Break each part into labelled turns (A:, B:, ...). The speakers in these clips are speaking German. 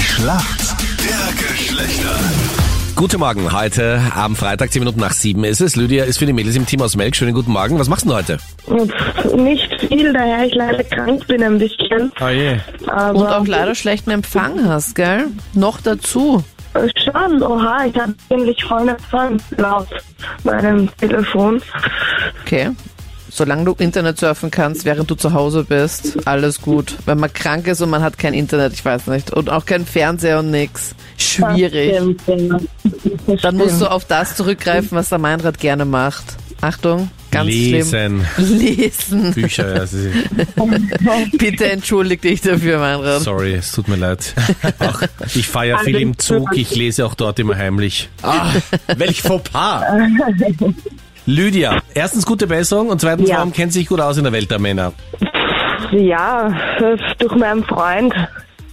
A: Schlacht der Geschlechter.
B: Guten Morgen, heute am Freitag, 10 Minuten nach 7 ist es. Lydia ist für die Mädels im Team aus Melk. Schönen guten Morgen. Was machst du denn heute?
C: Pff, Nicht viel, daher ich leider krank bin ein bisschen.
B: Oh je.
C: Aber
D: Und auch leider schlechten Empfang hast, gell? Noch dazu.
C: schon, oha, ich habe ziemlich vollen Empfang laut meinem Telefon.
D: Okay. Solange du Internet surfen kannst, während du zu Hause bist, alles gut. Wenn man krank ist und man hat kein Internet, ich weiß nicht. Und auch kein Fernseher und nix. Schwierig.
C: Das stimmt, ja. Das
D: Dann musst du
C: stimmt.
D: auf das zurückgreifen, was der Meinrad gerne macht. Achtung, ganz
B: Lesen.
D: schlimm. Lesen.
B: Bücher, ja, das ist,
D: Bitte entschuldige dich dafür, Meinrad.
B: sorry, es tut mir leid. Auch, ich fahre ja viel im Zug, ich lese auch dort immer heimlich. Ah, welch Fauxpas! Lydia, erstens gute Besserung und zweitens,
C: Ja.
B: warum kennt sie sich gut aus in der Welt der Männer?
C: Ja, pff, durch meinen Freund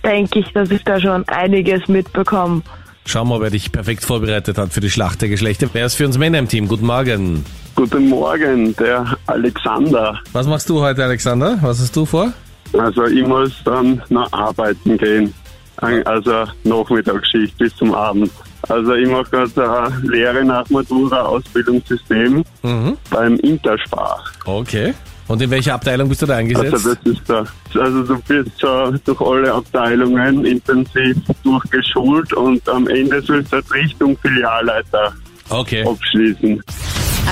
C: denke ich, dass ich da schon einiges mitbekomme.
B: Schau mal, wer dich perfekt vorbereitet hat für die Schlacht der Geschlechter. Wer ist für uns Männer im Team? Guten Morgen.
E: Guten Morgen, der Alexander.
B: Was machst du heute, Alexander? Was hast du vor?
E: Also ich muss dann noch arbeiten gehen. Ein- Also Nachmittagsschicht bis zum Abend. Also ich mache gerade eine Lehre nach Matura Ausbildungssystem beim Interspar.
B: Okay. Und in welcher Abteilung bist du da eingesetzt?
E: Also das ist da. Also du wirst schon durch alle Abteilungen intensiv durchgeschult und am Ende sollst du halt Richtung Filialleiter
B: okay.
E: abschließen.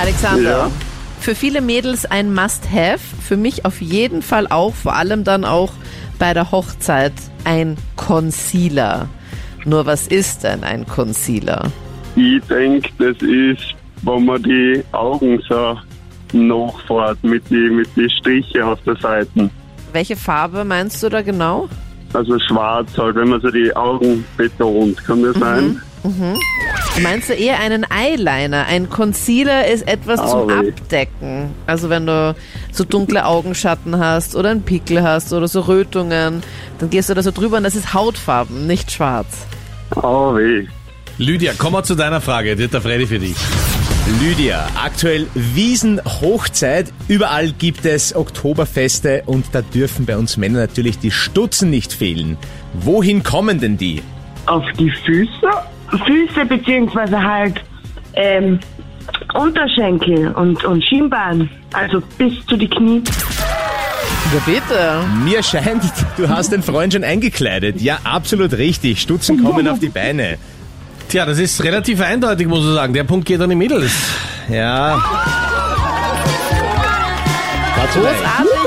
D: Alexander.
E: Ja.
D: Für viele Mädels ein Must-Have, für mich auf jeden Fall auch, vor allem dann auch bei der Hochzeit, ein Concealer. Nur was ist denn ein Concealer?
E: Ich denke, das ist, wenn man die Augen so nachfährt mit die, mit die Striche auf der Seite.
D: Welche Farbe meinst du da genau?
E: Also schwarz halt, wenn man so die Augen betont, kann das sein?
D: Meinst du eher einen Eyeliner? Ein Concealer ist etwas zum
E: Au Ah, weh.
D: Abdecken. Also wenn du so dunkle Augenschatten hast oder einen Pickel hast oder so Rötungen, dann gehst du da so drüber und das ist Hautfarben, nicht schwarz.
E: Oh weh.
B: Lydia, komm mal zu deiner Frage. Die hat der Freddy für dich.
F: Lydia, aktuell Wiesenhochzeit. Überall gibt es Oktoberfeste und da dürfen bei uns Männer natürlich die Stutzen nicht fehlen. Wohin kommen denn die?
G: auf die Füße.
C: Füße beziehungsweise halt ähm, Unterschenkel und, und Schienbein, also bis zu die Knie.
D: Ja, bitte.
F: Mir scheint, du hast den Freund schon eingekleidet. Ja, absolut richtig. Stutzen kommen auf die Beine.
B: Tja, das ist relativ eindeutig, muss ich sagen. Der Punkt geht an die Mädels.
F: Ja. Dazu recht.
D: Großartig.